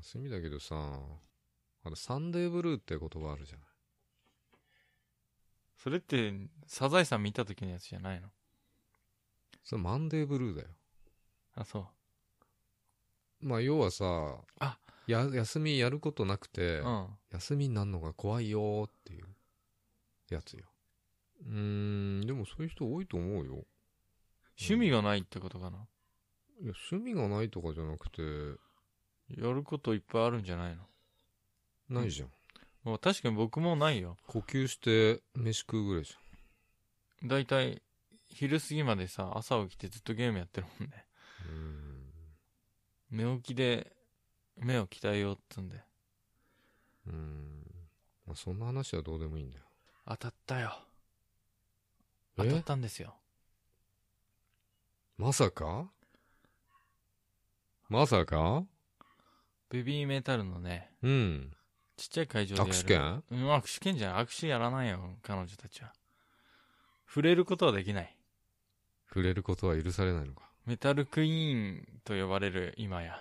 休みだけどさ、あれサンデーブルーって言葉あるじゃない。それって、サザエさん見た時のやつじゃないのそれマンデーブルーだよ。あ、そう。まあ要はさ、あや休みやることなくて、うん。休みになるのが怖いよーっていうやつよ。うーん、でもそういう人多いと思うよ。趣味がないってことかな。いや、趣味がないとかじゃなくて、やることいっぱいあるんじゃないのないじゃん。もう確かに僕もないよ。呼吸して飯食うぐらいじだいたい、昼過ぎまでさ、朝起きてずっとゲームやってるもんね。ゃん。うーん。寝起きで、目を鍛えようっつんで。うーん。まあ、そんな話はどうでもいいんだよ。当たったよ。え当たったんですよ。まさかまさかベビーメタルのね、うん。ちっちゃい会場でやる。握手券うん、握手券じゃない。握手やらないよ、彼女たちは。触れることはできない。触れることは許されないのか。メタルクイーンと呼ばれる今や、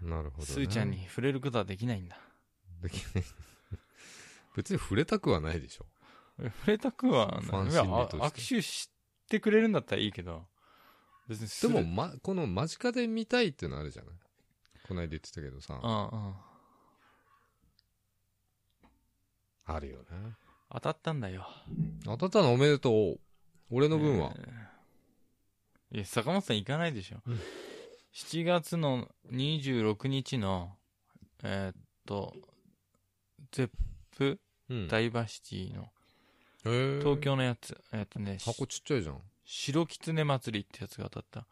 なるほど、ね。スーちゃんに。触れることはできないんだ。できない。別に触れたくはないでしょ。触れたくはフなァい。ンいや心理あとして握手してくれるんだったらいいけど、別にすでるも、、ま、この間近で見たいっていうのあるじゃないこないで言ってたけどさ。うんうん。あるよね。当たったんだよ。当たったのおめでとう。俺の分は。えーいや、坂本さん行かないでしょ。うん7月の26日の、えーっと、ゼップうん。ダイバーシティのえー東。京のやつ、えーっとね、箱ちっちゃいじゃん。白狐祭りってやつが当たった。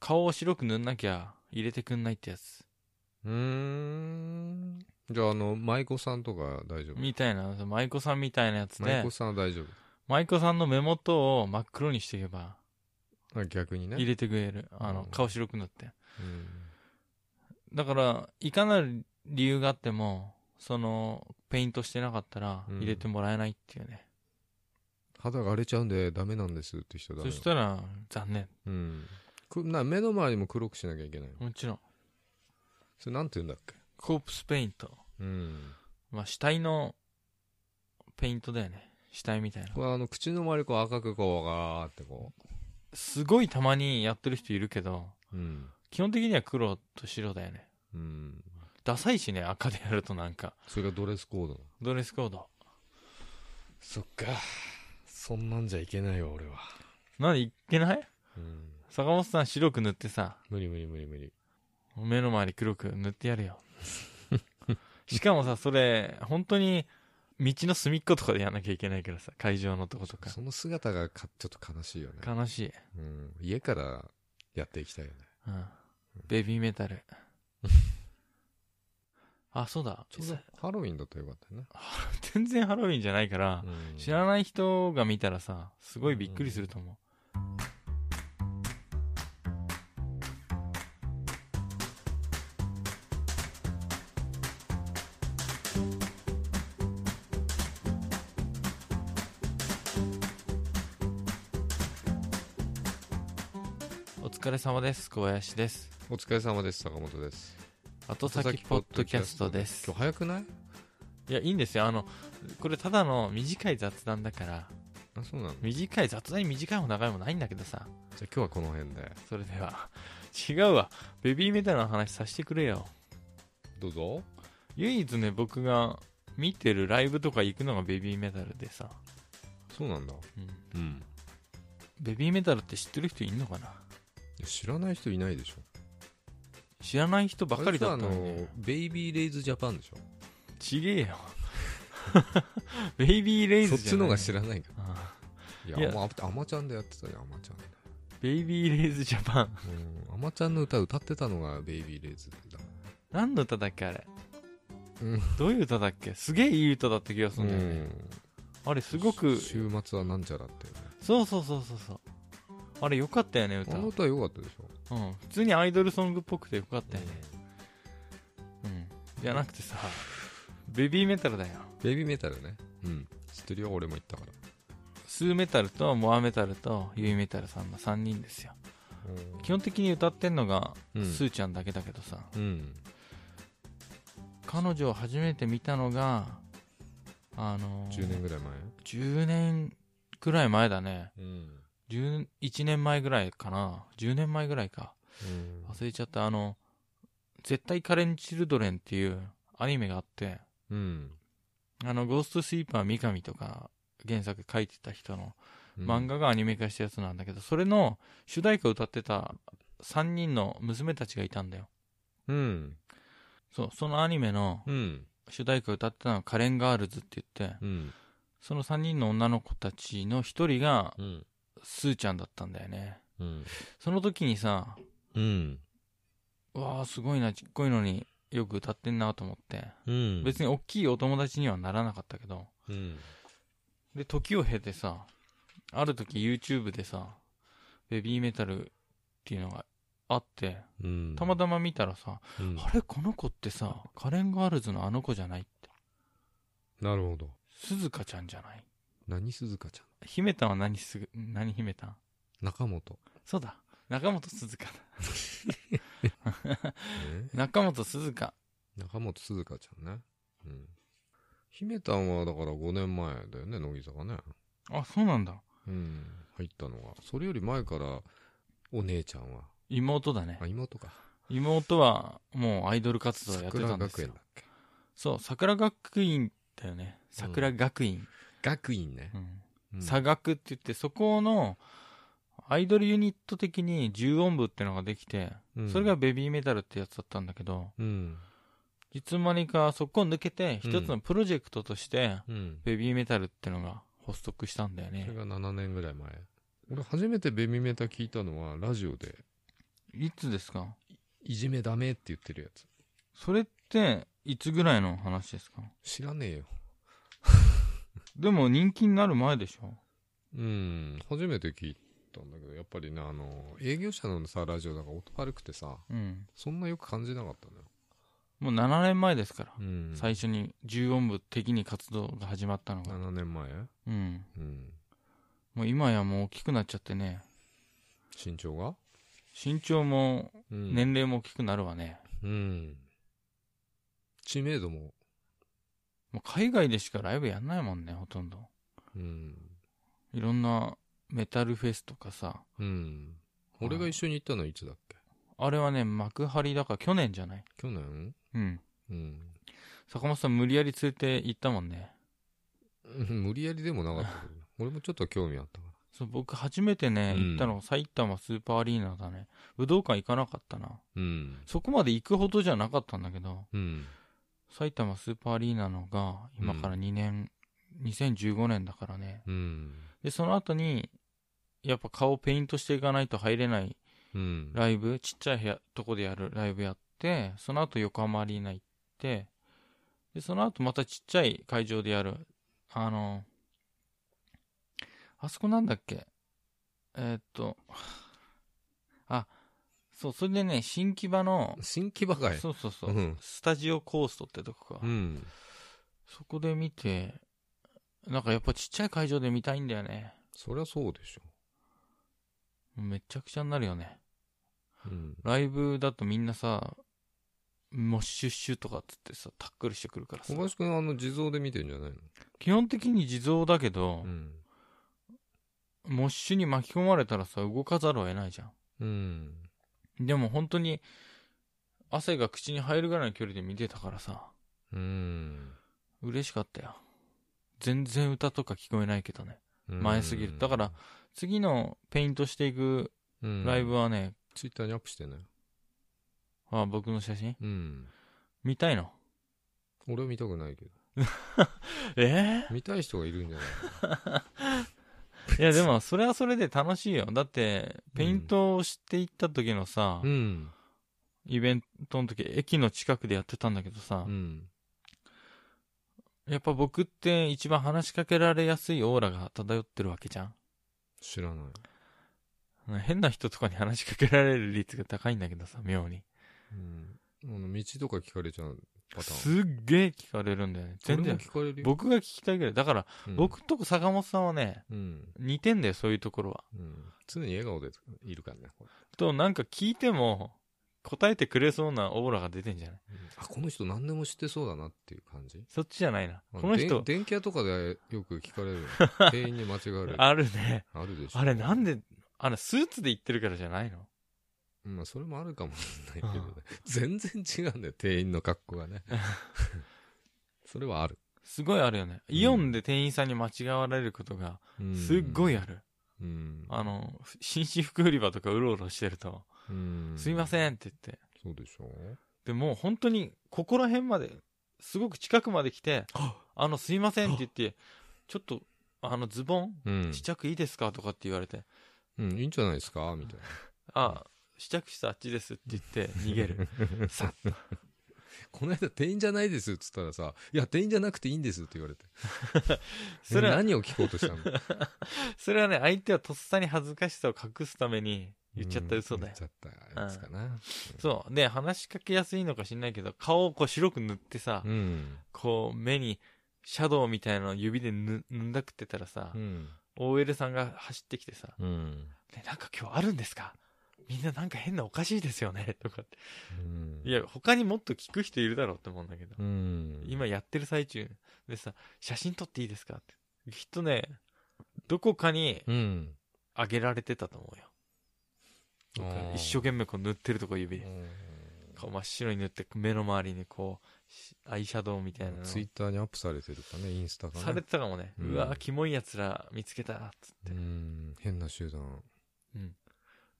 顔を白く塗んなきゃ入れてくんないってやつ。うーん。じゃあ、あの、舞妓さんとか大丈夫みたいな、舞妓さんみたいなやつ舞で妓、さんは大丈舞妓さんの目元を真っ黒にしていけば夫。あ逆にね。入れてくれる。あうのん、顔白く塗って。うんだから、いかなる理由があっても、その、ペイントしてなかったらうん入れてもらえないっていうね。肌が荒れちゃうんでダメなんですって人だそしたら、残念。うん。くな目の周りも黒くしなきゃいけないの。もちろん。それなんて言うんだっけコープスペイント。うん。まあ、死体の、ペイントだよね。死体みたいな。これあの、口の周りこう赤くこうガーってこすごいたまにやってる人いるけど、う。うん。基本的には黒と白だよね。うん。ダサいしね、赤でやるとなんか。それがドレスコードなのドレスコード。そっか。そんなんじゃいけないよ、俺は。なんでいけないうん。坂本さん白く塗ってさ、無理無理無理無理。目の周り黒く塗ってや るよ。しかもさ、それ、本当に、道の隅っことかでやんなきゃいけないからさ、会場のとことか。その姿がかちょっと悲しいよね。悲しい。うん。家からやっていきたいよね。うん。ベビーメタ ル。あ、そうだ。ちょうどハロウィンだとよかったよね。 全然ハロウィンじゃないから、うん知らない人が見たらさ、すごいびっくりすると思う。お疲れ様です小林ですお疲れ様です、坂本です。後先ポッドキャストです今日早くないいやいいんですよあのこれただの短い雑談だからあ、そうなのじゃ短い雑談に短いも長いもないんだけどさあ今日はこの辺で。それでは違うわベビーメタルの話させてくれよどうぞ。唯一ね僕が見てるライブとか行くのがベビーメタルでさ、そうなんだ。うんうん。ベビーメタルって知ってる人いんのかないや知らない人いないでしょ。知らない人ばっかりだったのあれさねあの、ベイビーレイズジャパンでしょ。ちげえよ ベイビーレイそズっじちゃないの方が知らないかああら。いいや、やアマアマちゃんでやってたよ、アマちゃんで。ベイビーレイズジャパンうん。アマちゃんの歌歌ってたのがベイビーレイズだ。何の歌だっけあれ、うんどういう歌だっけすげえいい歌だった気がするんだよね、あれすごくし週末はなんちゃらって、ね、そうそうそうそうそうあれよかったよね歌あの歌良かったでしょうん、普通にアイドルソングっぽくてよかったよね、うん、じゃなくてさベビーメタルだよベイビーメタルねうん知ってるよ俺も言ったからスーメタルとモアメタルとユイメタルさんの3人ですよ基本的に歌ってんのがうんスーちゃんだけだけどさ、うん彼女を初めて見たのが、あのー10年ぐらい前10年くらい前だね。うん。 11年前ぐらいかな。10年前ぐらいか。うん忘れちゃった。あの、絶対カレンチルドレンっていうアニメがあって、うん。あの、ゴーストスイーパー三上とか原作書いてた人のうん漫。画がアニメ化したやつなんだけど、それの主題歌歌ってた3人の娘たちがいたんだよ。うん。そう、そのアニメのうん。主題歌歌ってたのがカレンガールズって言って、うん。その3人の女の子たちの1人がうん。スーちゃんだったんだよね。うん。その時にさ、うん。うわあすごいな、ちっこいのによく歌ってんなと思って、うん。別に大きいお友達にはならなかったけど、うん。で、時を経てさ、ある時 YouTube でさ、ベビーメタルっていうのがあって、うん。たまだ。たま見たらさ、うんあれこの子ってさ、カレンガールズのあの子じゃないって。なるほど。鈴鹿ちゃんじゃない何鈴鹿ちゃん姫たんは何すぐ、何姫たん中本。そうだ。中本鈴鹿だ。ね中本鈴鹿。中本鈴鹿ちゃんね。うん。姫たんはだから5年前だよね、乃木坂ね。あ、そうなんだ。うん。入ったのは。それより前から、お姉ちゃんは。妹だねあ、。妹か。妹はもうアイドル活動やってた桜んです学園よだ。っけ。そう、桜学院だよね。桜学院。学院ねう。んうん差学って言って、そこのアイドルユニット的に重音部ってのができて、うんそれがベビーメタルってやつだったんだけど、うん。いつまにかそこを抜けて、うん一つのプロジェクトとして、うん。ベビーメタルってのが発足したんだよそれね。が7年ぐらい前。俺初めてベビメタ聞いたのはラジオで、いつですかいじめダメって言ってるやつ。それって、いつぐらいの話ですか知らねえよ。でも人気になる前でしょうん。初めて聞いたんだけど、やっぱりね、あの、営業者のさ、ラジオだから音悪くてさ、うん。そんなよく感じなかったのよ。もう7年前ですから。うん最初に重音部的に活動が始まったのが。 7年前うん。うん。もう今やもう大きくなっちゃってね。身長が身長もうん年齢も大きくなるわね。うん。知名度も、もう海外でしかライブやんないもんね、ほとんど。うん。いろんなメタルフェスとかさ。うん。俺が一緒に行ったのはいつだっけあれはね、幕張だから去年じゃない去年うん。うん。 坂本さん無理やり連れて行ったもんね。うん無理やりでもなかったけ ど、俺もちょっと興味あったかそう、僕初めてね、うん行ったの埼玉スーパーアリーナだね。武道館行かなかったな。ら。うん。そこまで行くほどじゃなかったんだけど、うん。埼玉スーパーアリーナのが、今から2年、2015年だからね。うん。で、その後に、やっぱ顔ペイントしていかないと入れないうん。ライブ、ちっちゃい部屋、とこでやるライブやって、その後横浜アリーナ行って、で、その後またちっちゃい会場でやる、あの、あそこなんだっけえーっと、あ、そう、それでね、新木場の、新規ばかり。そうそうそう、うんスタジオコーストってとこか、うん。そこで見て、なんかやっぱちっちゃい会場で見たいんだよね。そりゃそうでしょ。めちゃくちゃになるよね。うん。ライブだとみんなさ、モッシュッシュとかっつってさ、タックルしてくるからさ小。林くん、あの、地蔵で見てんじゃないの基本的に地蔵だけどう、ん。モッシュに巻き込まれたらさ、動かざるを得ないじゃうん。ん。でも本当に、汗が口に入るぐらいの距離で見てたからさ、うん。嬉しかったよ。全然歌とか聞こえないけどね。前すぎるだから、次のペイントしていくうん、ライブはね、ツイッターにアップしてね。あ僕の写真うん。見たいの。俺は見たくないけど。え見たい人がいるんじゃないいやでもそれはそれで楽しいよ。だって、ペイントをしていった時のさ、うん。イベントの時、駅の近くでやってたんだけどうさ、ん。やっぱ僕って一番話しかけられやすいオーラが漂ってるわけじゃん。知らない。変な人とかに話しかけられる率が高いんだけどさ、妙に。うん。あの道とか聞かれちゃうパターン。すっげえ聞かれるんだよね。全俺然も。聞かれるよ。僕が聞きたいぐらい。だから、うん、僕と坂本さんはね、うん。似てんだよ、そういうところは。うん。常に笑顔でいるからね。これと、なんか聞いても、答えてくれそうなオーラが出てんじゃないうんあ、この人何でも知ってそうだなっていう感じ。そっちじゃないな。あこので人、電気屋とかでよく聞かれるよ。 店員に間違われる。あるね。あるでしょ。あれなんで、あれスーツで行ってるからじゃないのまあ、それもあるかもしれないけどね。 全然違うんだよ、店員の格好が ね。それはある。すごいあるよね。うんイオンで店員さんに間違われることが、うんすっごいある。うん。あの、紳士服売り場とかうろうろしてると、うんすいませんって言って。そうでしょでもう本当に、ここら辺まで、すごく近くまで来て、あの、すいませんって言って、ちょっと、あの、ズボン、うん試。着いいですかとかって言われて、うん、いいんじゃないですかみたいな。あ、試着室あっちですって言って逃げる。 さっとこの間店員じゃないですっつったらさ、いや、店員じゃなくていいんですって言われて。 それは、何を聞こうとしたのそれはね、相手はとっさに恥ずかしさを隠すために 言っちゃった嘘言だよっ。ちゃったやつかな。そう。で、話しかけやすいのか知んないけど、顔をこう白く塗ってさ、うん。こう目にシャドウみたいなのを指で塗塗んだくってたらさ、うん OL さんが走ってきてさ、うん。ね、なんか今日あるんですかみんななんか変なおかしいですよね とかって。うんいや、他にもっと聞く人いるだろうって思うんだけど。うん。今やってる最中でさ、写真撮っていいですかって。きっとね、どこかにうん。あげられてたと思うよ。あー一生懸命こう塗ってるとこ指で。顔真っ白に塗って目の周りにこうしアイシャドウみたいなのツイッターにアップされてるかね、インスタかね。されてたかもね、ううんわキモいやつら見つけたっつって、うん。変な集団。うん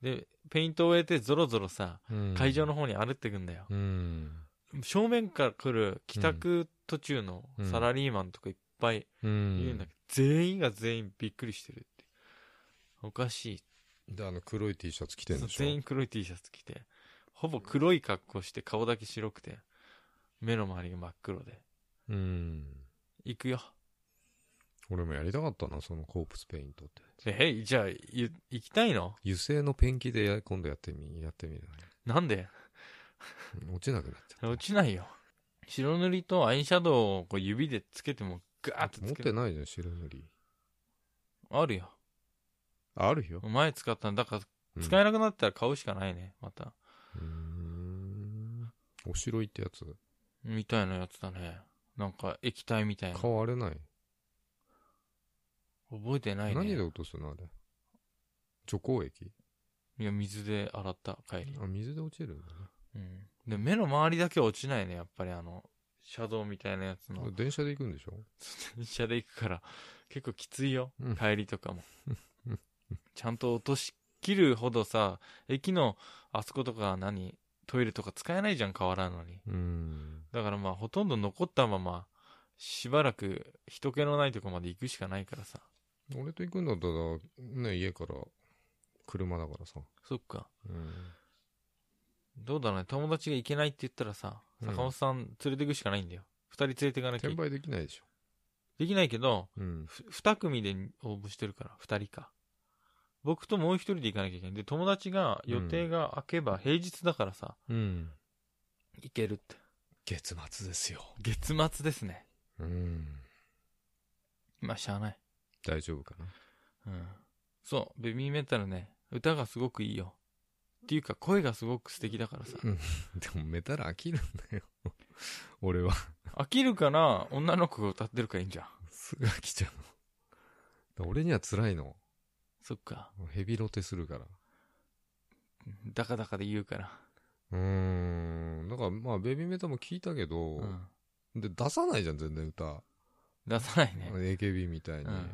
でペイントを終えてゾロゾロさうん会場の。方に歩ってくんだよ、うん。正面から来る帰宅途中のうんサラリーマンとかいっぱいうんいるんだけど、全員が全員びっくりしてるっておかしいで、あの、黒い T シャツ着てるんでしょ全員黒い T シャツ着てほぼ黒い格好して顔だけ白くて目の周りが真っ黒でうん。行くよ俺もやりたかったな、そのコープスペイントって。えじゃあゆ行きたいの油性のペンキでや今度やってみ、やってみる、なんでうん落ちなくなっちゃった。落ちないよ白塗りとアイシャドウをこう指でつけてもガーッと持っつけてないじゃん、白塗り。あるよあるよ。前使ったんだから使ええなくなったら買うしかないねまたうん。おしろいってやつ。みたいなやつだねなんか液体みたいな覚顔荒れない。えてないね何で落とすのあれ。除光液いや水で洗った帰り、あ、水で落ちるんだね。うん、で目の周りだけは落ちないねやっぱりあのシャドウみたいなやつ の電車で行くんでしょ電車で行くから結構きついよ、うん帰りとかもちゃんと落としきるほどさ駅のあそことか何トイレとか使えないじゃん変わらんのにうん。だからまあほとんど残ったまましばらく人気のないとこまで行くしかないからさ俺と行くんだったら、ね、家から、車だからさ。そっかうん。どうだろうね友達が行けないって言ったらさうん坂本さん連れてくしかないんだよ、二2人連れてかなきゃ転売できないでしょ。できないけどうん。ふ2組で応募してるから2人か僕ともう1人で行かなきゃいけないで友達が予定が空けば平日だからさ、うん。行けるって月末ですよ。月末ですねうん。まあしゃあない大丈夫かな。 うんそうベビーメタルね歌がすごくいいよっていうか声がすごく素敵だからさでもメタル飽きるんだよ。 俺は。飽きるから女の子が歌ってるからいいんじゃんすぐ飽きちゃうの。だから俺には辛いの。そっかヘビロテするから。ダカダカで言うからうーん。だからまあ、ベビーメタも聞いたけど、うんで、出さないじゃん、全然歌。出さないね AKB みたいに。うん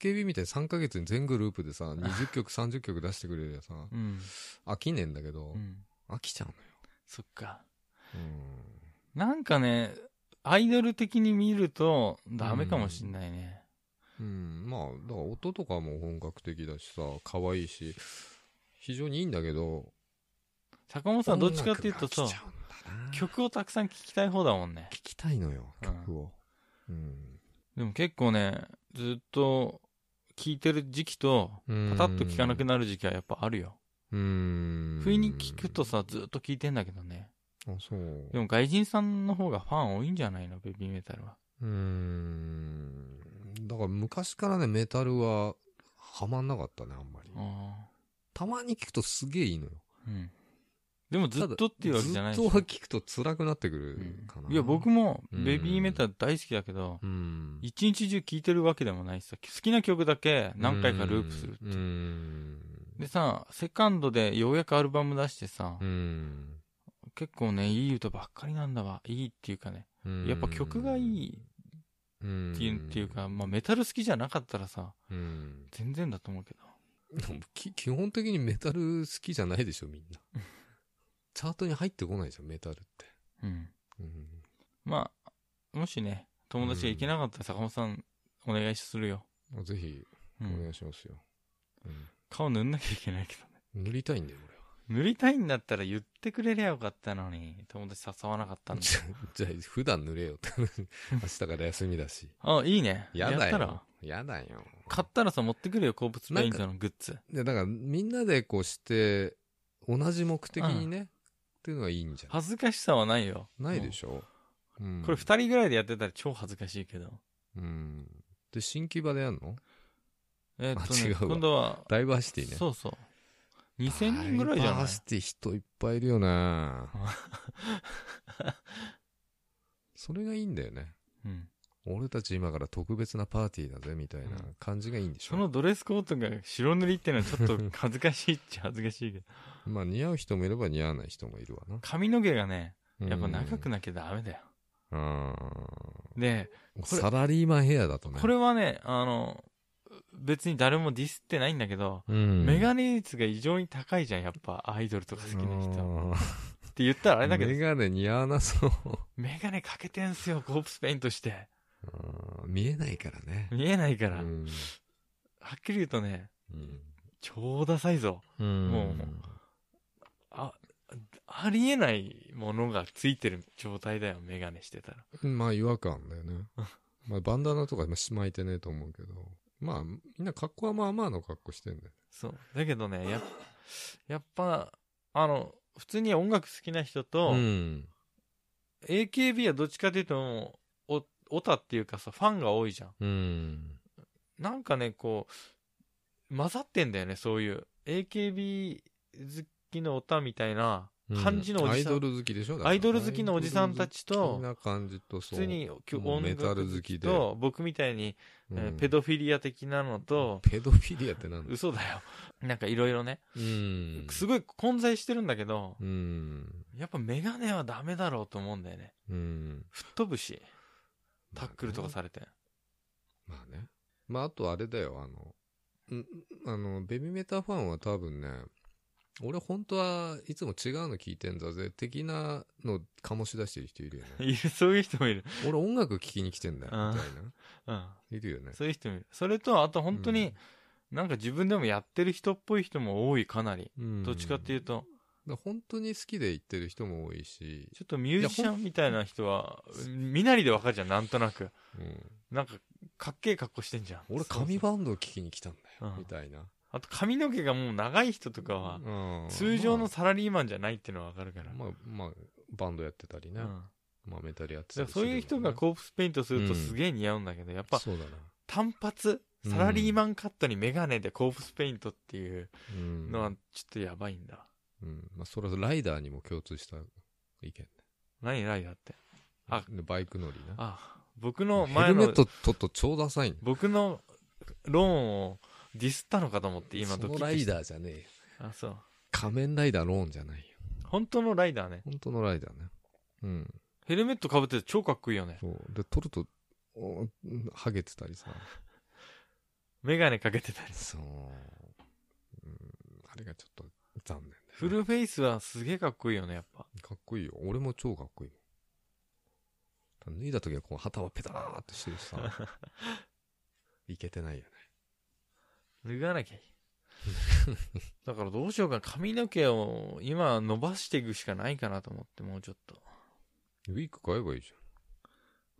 AKB みたいに3ヶ月に全グループでさ、20曲、30曲出してくれりゃさ、うん、飽きねえんだけど、うん、飽きちゃうそっかのよ。なんかね、アイドル的に見るとダメかもしんないね。うーん。うん。まあ、だから音とかも本格的だしさ、可愛いし、非常にいいんだけど、坂本さんどっちかっていうと音さ楽が飽き、ちゃうんだな曲をたくさん聴きたい方だもんね。聞きたいのよ、うん曲を。うん。でも結構ね、ずっと聴いてる時期と、パタッと聴かなくななる時期はやっぱあるよ。うーん。不意に聴くとさ、ずっと聴いてんだけどね。あ、そう。でも外人さんの方がファン多いんじゃないのベビーメタルは。うーん。だから昔からね、メタルは、はまんなかったね、あんまり。あたまに聞くとすげえいいのよ。ーうん。でもずっとっていうわけじゃないずっとは聞くと辛くなってくるかな。いや、僕もベビーメタル大好きだけど、うん。一日中聴いてるわけでもないしさ、好きな曲だけ何回かループするっていうう。ん。でさ、セカンドでようやくアルバム出してさ、うん。結構ね、いい歌ばっかりなんだわ。いいっていうかね。うんやっぱ曲がいいうんっていう,、っていうか、まあメタル好きじゃなかったらさ、うん全然だと思うけど。でもき基本的にメタル好きじゃないでしょ、みん な。チャートに入ってこないじゃん、メタルって。うん。うん。まあ、もしね、友達が行けなかったら坂本さん、お願いするよ。まあぜひ、うお願ん。いしますよ。うん顔塗んなきゃいけないけどね。塗りたいんだよ、塗りたいんだったら言ってくれりゃよかったのに、友達誘わなかったん俺は。だ。じゃあ、じゃあ普段塗れよって。明日から休みだし。あ、いいね。やだったらよ。。やだよ。買ったらさ、持ってくるよ、鉱物ペイントのグッズ。いやだから、みんなでこうして、同じ目的にね、っていうのがいいんじゃ恥ずかしさはないよ。ないないでょ。しょ、うん、これ二人ぐらいでやってたら超恥ずかしいけど。うん。で、新木場でやんのえーっとあ違ね、うわ今度は、ダイバーシティね。そうそう。2000人ぐらいじゃダイなバいーシティ人いっぱいいるよな それがいいんだよね。うん。俺たち今から特別なパーティーだぜ、みたいな感じがいいんでしょ、そのドレスコートが白塗りってのはちょっと恥ずかしいっちゃ恥ずかしい けど。まあ似合う人もいれば似合わない人もいるわな。髪の毛がね、うんやっぱ長くなきゃダメだよ。あで、ーこれサラリーマンヘアだとね。これはね、あの、別に誰もディスってないんだけど、うん、メガネ率が異常に高いじゃん、やっぱアイドルとか好きな人。あーって言ったらあれだけメど、ガネ似合わなそう。メガネかけてんすよ、コープスペイントして。あー見えないからね。見えないかうら。んはっきり言うとね、うん超ダサいぞ。もあ、ありえないものがついてる状態だよ、メガネしてたら。うんまあ違和感だよね。まあバンダナとか今しまいてねえと思うけど。まあみんな格好はまあまあの格好してんだよ。そう。だけどね、やっ、やっぱ、あの、普通に音楽好きな人と、ん。 AKB はどっちかというともう、お、オタっていうかさ、ファンが多いじゃん。うん。なんかね、こう、混ざってんだよね、そういう。AKB 好きのオタみたいな、感じのおじさんアイドル好きでしょだからアイドル好きのおじさんたちアイドル好きと、な感じと、普そう通にきょもう音メタ楽ル好好ききでと、僕みたいに、うんえーペドフィリア的なのと、ペドフィリアってなんだ嘘だよ。 なんかいろいろね、うんすごい混在してるんだけど、うん。やっぱメガネはダメだろうと思うんだよね。うん。吹っ飛ぶし、タックルとかされて。まあね。まあ、あとあれだよ、あの、んあの、ベビーメタファンは多分ね、俺本当はいつも違うの聞いてんだぜ、的なの醸し出してる人いるよね。いる、そういう人もいる。俺音楽聴きに来てんだよ、あーみたいな。うん。いるよね。そういう人もいる。それと、あと本当に、なんか自分でもやってる人っぽい人も多い、かなり。うん、どっちかっていうと。と、だから本当に好きで行ってる人も多いし、ちょっとミュージシャンみたいな人は、身なりでわかるじゃん、なんとなく。うん、なんか、かっけえ格好してんじゃん。俺そうそう紙バンドを聴きに来たんだよう、んみたいな。あと髪の毛がもう長い人とかは、うん通常のサラリーマンじゃないっていうのはわかるから。まあ、まあ、まあバンドやってたりね、うんまあメタルやってたりだからすそうるよいねう人がコープスペイントするとすげえ似合うんだけど、やっぱそうだな。単発、サラリーマンカットにメガネでコープスペイントっていううんのはちょっとやばいんだ。うん。まあ、それはライダーにも共通した意見。何ライダーって。あでバイク乗りな。あ、僕のヘ前ルメのッ、ト取っと超ダサいね。僕のローンをディスったのかと思って今そドキのラッとイしたダーじゃねえよ。あ、そう。仮面ライダーローンじゃないよ。本当のライダーね。本当のライダーね。うん。ヘルメット被ってて超かっこいいよね。そう。で、取ると、おうんハゲてたりさ。メガネかけてたり。そう。うん。あれがちょっと残念だよね、フルフェイスはすげえかっこいいよね、やっぱ。かっこいいよ。俺も超かっこいいもん。脱いだ時はこう旗はペターってしてるし さ。いけてないよね。脱がなきゃ いい。だからどうしようか髪の毛を今伸ばしていくしかないかなと思って、もうちょっと。ウィーク買えばいいじゃん。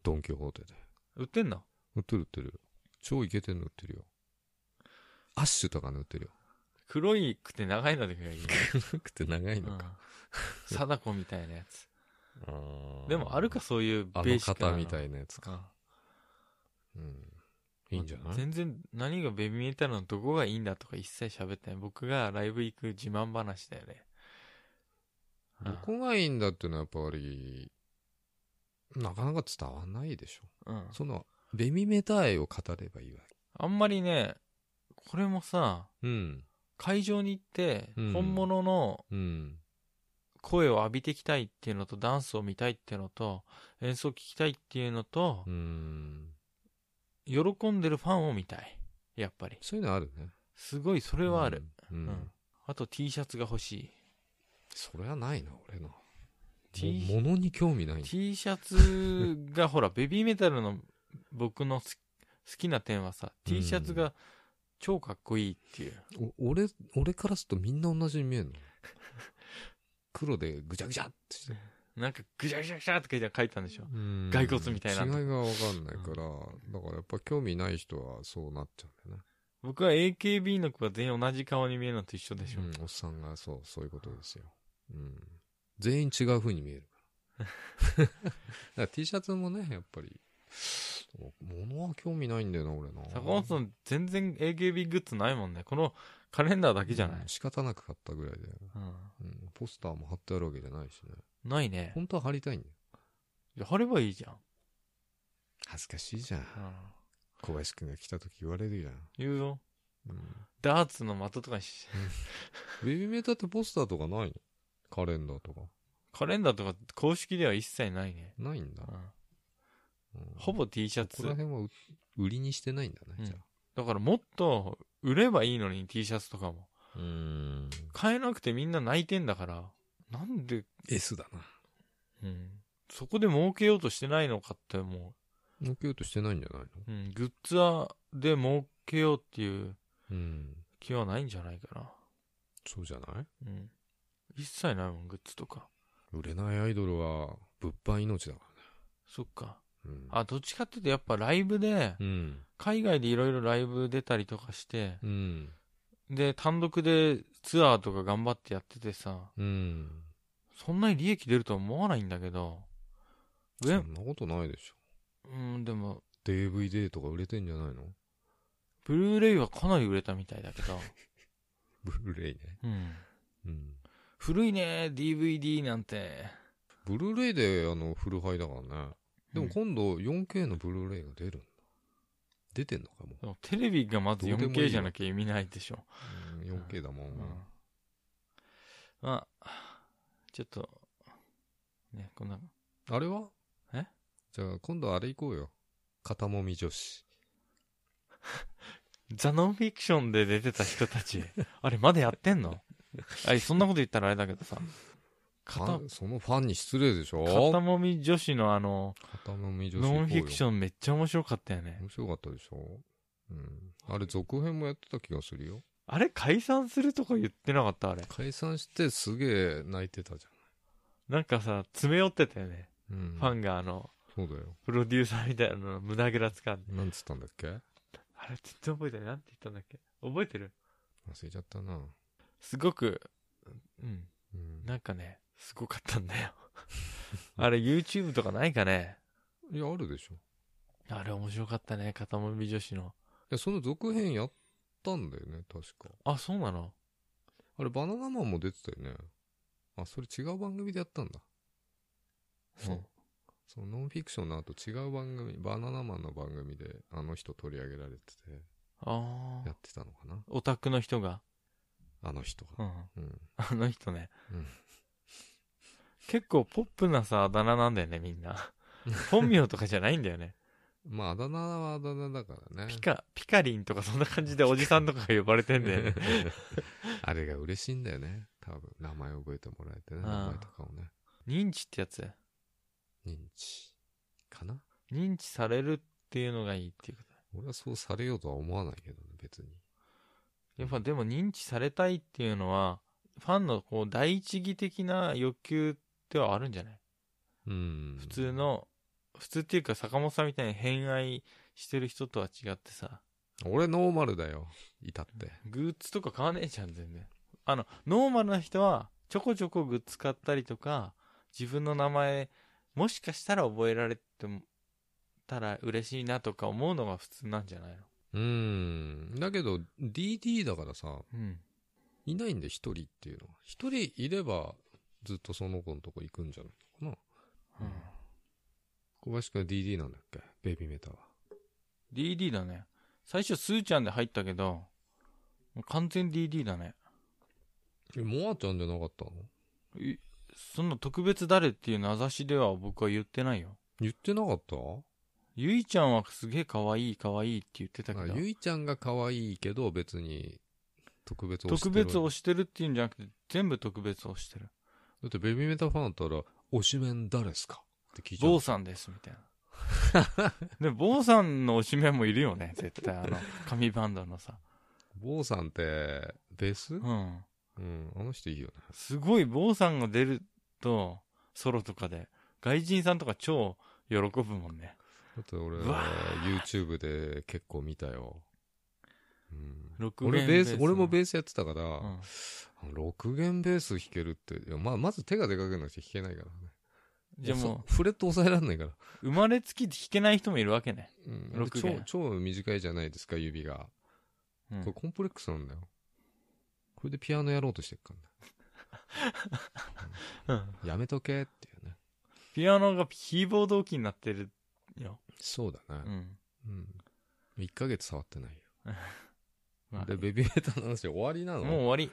ドン・キホーテで。売ってんの売ってる売ってる。超イケてんの売ってるよ。アッシュとかの売ってる よ。黒いくて長いのでがいいよ。黒くて長いのか。うん。貞子みたいなやつ。あーでもあるか、そういうあベーのシックな方みたいなやつか。か。うん。いいんじゃない全然何がベビーメタルのどこがいいんだとか一切喋ってない。僕がライブ行く自慢話だよね。どこがいいんだっていうのはやっぱり、なかなか伝わんないでしょ。うんその、ベミメタ愛を語ればいいわあんまりね、これもさ、け。うん。会場に行って、うん本物のうん。声を浴びてきたいっていうのと、ダンスを見たいっていうのと、演奏聞きたいっていうのとう、ん。喜んでるファンを見たい。やっぱり。そういうのあるね。すごい、それはある。うん。うん。うんあと T シャツが欲しい。それはないな、俺の。 T- ものに興味ない。 T シャツ が、ほら、ベビーメタルの僕のす好きな点はさ、うん T シャツが超かっこいいっていう。お俺、俺からするとみんな同じに見えるの。 黒でぐちゃぐちゃってして。なんか、ぐちゃぐちゃぐちゃって書いたんでしょ。うん骸骨みたいな違いがわかんないから、だからやっぱ興味ない人はそうなっちゃうんだよね。僕は AKB の子が全員同じ顔に見えるのと一緒でしょ。うん、おっさんがそう、そういうことですよ。うん。全員違う風に見える から。だから T シャツもね、やっぱり、物は興味ないんだよな、俺の。坂本さん、全然 AKB グッズないもんね。このカレンダーだけじゃないうん、仕方なく買ったぐらいで、うんうん。ポスターも貼ってあるわけじゃないしね。ないね。本当は貼りたいんだよ。いや貼ればいいじゃん。恥ずかしいじゃん。うん小林くんが来た時言われるじゃん。言うよ。うん。ダーツの的とかにし、ベビーメーターってポスターとかないのカレンダーとか。カレンダーとか公式では一切ないね。ないんだう。んうんほぼ T シャこツこら。辺はう売りにしてないんだね、うんじゃだからもっと売ればいいのに T シャツとかも。あ。うん。買えなくてみんな泣いてんだから。なんで、 S だな。うん。そこで儲けようとしてないのかって思抜けようとしてないんじゃないのう。うん。グッズはで儲けようっていううん。気はないんじゃないかな。そうじゃないうん。一切ないもん、グッズとか。売れないアイドルは物販命だかそっか。らね。うん。あ、どっちかっていうとやっぱライブで、うん。海外でいろいろライブ出たりとかして、うん。で、単独でツアーとか頑張ってやっててさ、うん。そんなに利益出るとは思わないんだけど、そえんなことないでしょ。うん、でも、 DVD とか売れてんじゃないのブルーレイはかなり売れたみたいだけど、ブルーレイね。うん。うん。古いね、DVD なんて。ブルーレイであのフルハイだからね。でうもん今度 4K のブルーレイが出るんだ。出てんのかもでもテレビがまずどうでもいい 4K わじゃなきゃ意味ないでしょ。う。うん 4K だもん。うん。まあ、ちょっと、ね、こんな、あれはえじゃあ今度あれ行こうよ。肩もみ女子。ザ・ノンフィクションで出てた人 たち、あれまだやってんの あそんなこと言ったらあれだけどさ、フ片ァンそのファンに失礼でしょ肩もみ女子のあの、肩もみ女子行こうよ。ノンフィクションめっちゃ面白かったよね。面白かったでしょうん。あれ続編もやってた気がするよ。あれ解散するとか言ってなかったあれ。解散してすげえ泣いてたじなんかさ、詰め寄ってたよね。ゃん。うん。ファンがあの、そうだよ。プロデューサーみたいなの胸ぐらつかんで。なんつったんだっけあれ、全然覚えてない。なんて言ったんだっけ覚えてる忘れちゃったな。すごく、うん。うん。なんかね、すごかった んだよ。あれ、YouTube とかないかねいや、あるでしょ。いあれ面白かったね、片もみ女子の。や、その続編やったんだよね、確か。あ、そうなのあれ、バナナマンも出てたよね。あ、それ違う番組でやったんだ。そう。うんそのノンフィクションの後違う番組、バナナマンの番組であの人取り上げられてて、あやあ。ってたのかなオタクの人が。あの人が。うん。うん。 あの人ね。うん結構ポップなさ、あだ名なんだよね、みん な。本名とかじゃないんだよね。まあ、あだ名はあだ名だからねピ。カ、ピカリンとかそんな感じでおじさんとかが呼ばれてんだよね。 あれが嬉しいんだよね。多分、名前覚えてもらえてね。あ名あ前とかをね。 認知ってやつ。認知。かな認知されるっていうのがいいっていうこと。俺はそうされようとは思わないけどね、別に。やっぱでも認知されたいっていうのは、ファンのこう、第一義的な欲求ではあるんじゃないうん。普通。の、普通っていうか坂本さんみたいに偏愛してる人とは違ってさ。俺ノーマルだよ。いたって。グッズとか買わねえじゃん、全然。あの、ノーマルな人は、ちょこちょこグッズ買ったりとか、自分の名前、もしかしたら覚えられてもたら嬉しいなとか思うのが普通なんじゃないのうん。だけど、DD だからさ、うん。いないんで、一人っていうのは。一人いれば、ずっとその子のとこ行くんじゃないのかうな。ん。小林くんは DD なんだっけベビーメタは。 DD だね。最初、スーちゃんで入ったけど、もう完全 DD だね。え、モアちゃんじゃなかったのいそんな特別誰っていう名指しでは僕は言ってないよ。言ってなかったゆいちゃんはすげえ可愛い可愛いって言ってたけあど、ゆいちゃんが可愛いけど別に特別推して特る別推してるっていうんじゃなくて、全部特別推してる。だってベビーメタファンだったら、推しメン誰ですかって聞いちゃう坊。さんです、みたいな。 で、坊さんの推しメンもいるよね、絶対。あ の、紙バンドのさ。坊さんって、ベース、うん、うん。あの人いいよね。すごい、坊さんが出ると、ソロとかで、外人さんとか超喜ぶもんね。だって俺うわ、 YouTube で結構見たよ。うん6俺弦ベース、俺もーベースやってたから、スの。うん6弦ベース弾けるって、いやまあ、まず手が出かけなくて弾けないからね。じゃあもう。フレット抑えられないから。う、生まれつき弾けない人もいるわけね。うん、六超弦超短いじゃないですか、指が。うんこれコンプレックスなんだよ。これでピアノやろうとしてるからね。うんやめとけっていうね。ピアノがキーボード置きになってるよ。そうだね。うん。うん。1ヶ月触ってないよ。 まあで、ベビーメタの話終わりなのもう終わり。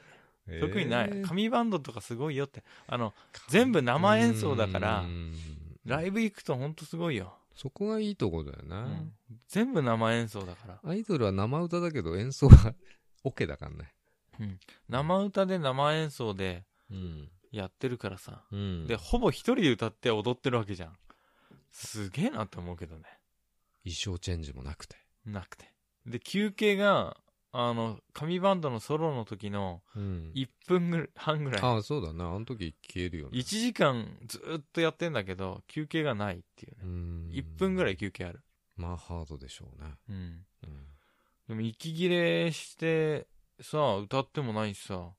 えー特にない。紙バンドとかすごいよって。あの、全部生演奏だからうんライブ行くとほんとすごいよ。そこがいいとこだようねん。全部生演奏だから。アイドルは生歌だけど演奏はオケだからね。生歌で生演奏でうん。やってるからさ。うん。で、で、ほぼ一人で歌って踊ってるわけじゃん。すげえなって思うけどね。衣装チェンジもなくて。なくて。で、休憩が、あの、紙バンドのソロの時のうん。 1分ぐらい半ぐらい。ああ、そうだね。あの時消えるよね。 1時間ずーっとやってんだけど、休憩がないっていうね。1分ぐらい。い休憩ある。まあ、ハードでしょうね。うん。うん。でも息切れしてさ、歌ってもないしさ、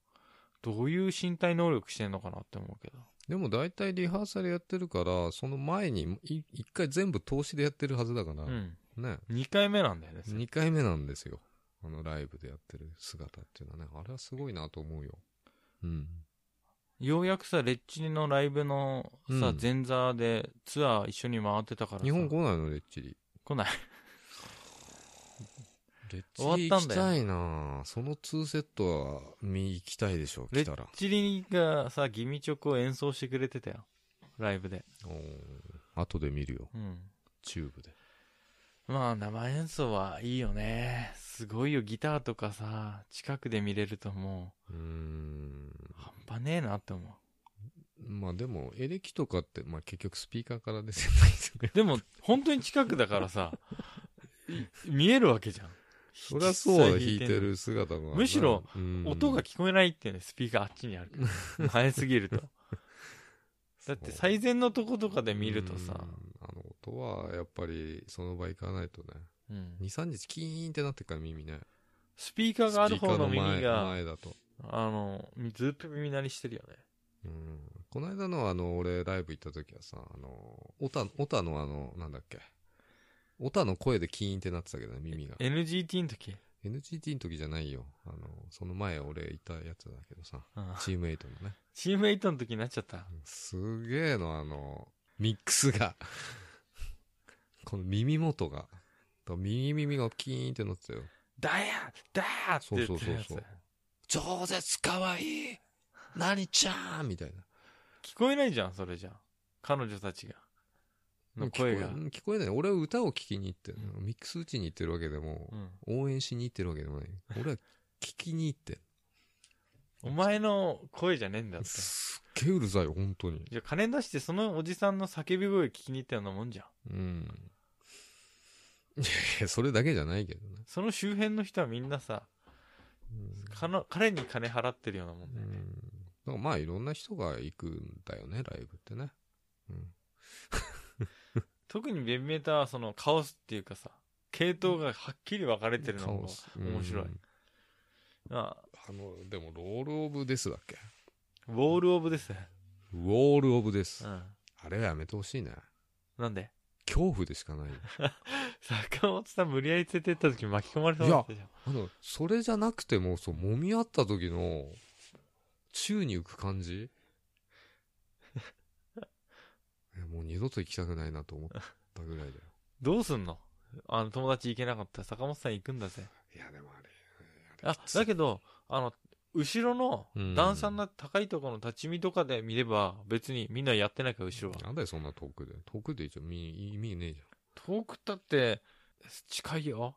どういう身体能力してんのかなって思うけど。でも大体リハーサルやってるから、その前にい一回全部投資でやってるはずだから、うん。ね。 2回目なんだよね。それ2回目なんですよ。あのライブでやってる姿っていうのはね、あれはすごいなと思うよ。うん。ようやくさ、レッチリのライブのさ、うん前座でツアー一緒に回ってたからさ。日本来ないの、レッチリ。来ない。 レッチリ終わ行ったきんだよたいなその2セットは見行きたいでしょ、レ来たらッ。チリがさ、ギミチョクを演奏してくれてたよ。ライブで。おー後で見るよ、うん。チューブで。まあ生演奏はいいよね。すごいよ、ギターとかさ、近くで見れるともうーん。う、半端ねえなって思う。まあでも、エレキとかって、まあ結局スピーカーから出てないです よね。でも、本当に近くだか らさ、い見えるわけじゃん。そりゃそうだ、実際弾弾いいててるる姿が。むしろうん、音が聞こえないっていうね、スピーカーあっちにあるから。 早すぎると。だって最善のとことかで見るとさ、うんあの音はやっぱりその場行かないとねうん23日キーンってなってっから耳ねスピーカーがある方の耳スピーカーのが、前前だと、あの、ずっと耳鳴りしてるよね。うん、この間のあの俺ライブ行った時はさあのオタオタのあのなんだっけオタの声でキーンってなってたけどね耳が NGT の時。 NGT の時じゃないよあのその前俺いたやつだけどさうんチームエイトのねチームメイトの時になっちゃった。すげえのあのミックスがこの耳元が右耳がキーンってなってたよだやだやってそう言そってうるそうやつそう。超絶かわいい何ちゃんみたい聞こえないじゃん、それじゃ。彼女たちが。な。の声が聞こ。え聞こえない。俺は歌を聴きに行ってんのうミックス打ちに行ってるわけでもう、ん応援しに行ってるわけで もない。俺は聞きに行ってんの。お前の声じゃねえんだって。すっげえうるさいよ、本当に。じゃあ金出してそのおじさんの叫び声聞きに行ったようなもんじゃん。うん。いやいや、それだけじゃないけどね。その周辺の人はみんなさ、うんかの彼に金払ってるようなもんだうよんね。だからまあいろんな人が行くんだよね、ライブってね。うん。特にベビメーターはそのカオスっていうかさ、系統がはっきり分かれてるのカオもス面白いうん。ああの、でも、ロールオブですだっけウォールオブですね。ウォールオブですう。ん。あれはやめてほしいね。なんで 恐怖でしかないよ。坂本さん無理やり連れて行った時巻き込まれそうだったじゃん。あの、それじゃ なくても、そう、揉み合った時の、宙に浮く感じもう二度と行きたくないなと思ったぐらいだよ。どうすんのあの、友達行けなかったら坂本さん行くんだぜ。いや、でもあれ。あ、だけど、あの、後ろうんの段差の高いところの立ち見とかで見れば、別にみんなやってないから、後ろは。なんだよ、そんな遠くで。遠くで一応見、意味ねえじ遠くたって、近いよ。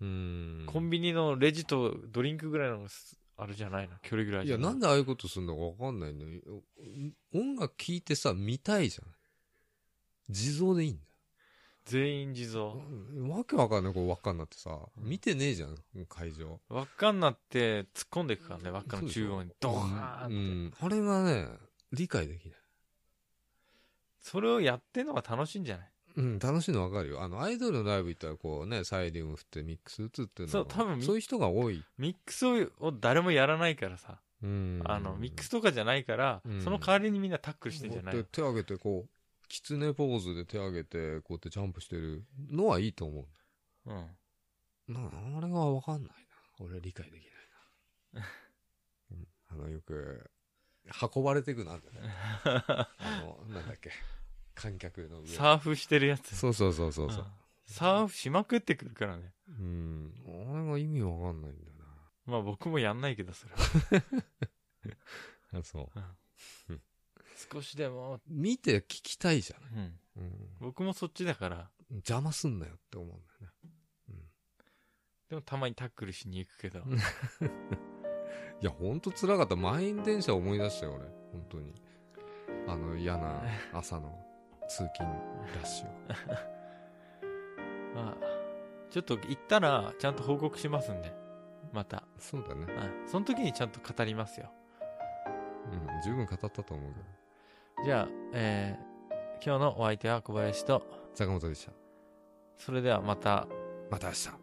ゃん。うーん。コンビニのレジとドリンクぐらいの、あれじゃないの距離ぐらいいじゃや、ないなんでああいうことするのかわかんないんだよ。お音楽聴いてさ、見たいじゃん。地蔵でいいんだよ。全員地蔵。うんわけわかんない、こう輪っかになってさ。うん見てねえじゃん、会場。輪っかになって突っ込んでいくからね、輪っかそうのでしょ中央にドーンって。うん。あれがね、理解できない。それをやってんのが楽しいんじゃないうん、楽しいのわかるよ。あの、アイドルのライブ行ったら、こうね、サイリウム振ってミックス打つっていうのはそう多分そういう人が多い。ミックスを誰もやらないからさ、うん。あの、ミックスとかじゃないから、うんその代わりにみんなタックルしてんじゃないこうやって手上げて、こう、キツネポーズで手上げて、こうやってジャンプしてるのはいいと思うん。う。な、あれはわかんないな。俺理解できない な。うんあの、よく、運ばれてくなん だね。あの、なんだっけ。観客の上。サーフしてるやつ。そうそうそうそうそううん。サーフしまくってくるからね。うん。あれが意味わかんないんだよまあ僕もやんないけど、それは。な。そう。少しでも、見て聞きたいじゃうん。ん。うん。僕もそっちだから、邪魔すんなよって思うんだよね。でもたまにタックルしに行くけど。いや、ほんと辛かった。満員電車思い出したよ、俺。本当に。あの、嫌な朝の通勤ラッシュを。まあ、ちょっと行ったら、ちゃんと報告しますんで。また。そうだね。うん。その時にちゃんと語りますよ。うん、十分語ったと思うけど。じゃあ、えー今日のお相手は小林と、坂本でした。それではまたまた明日。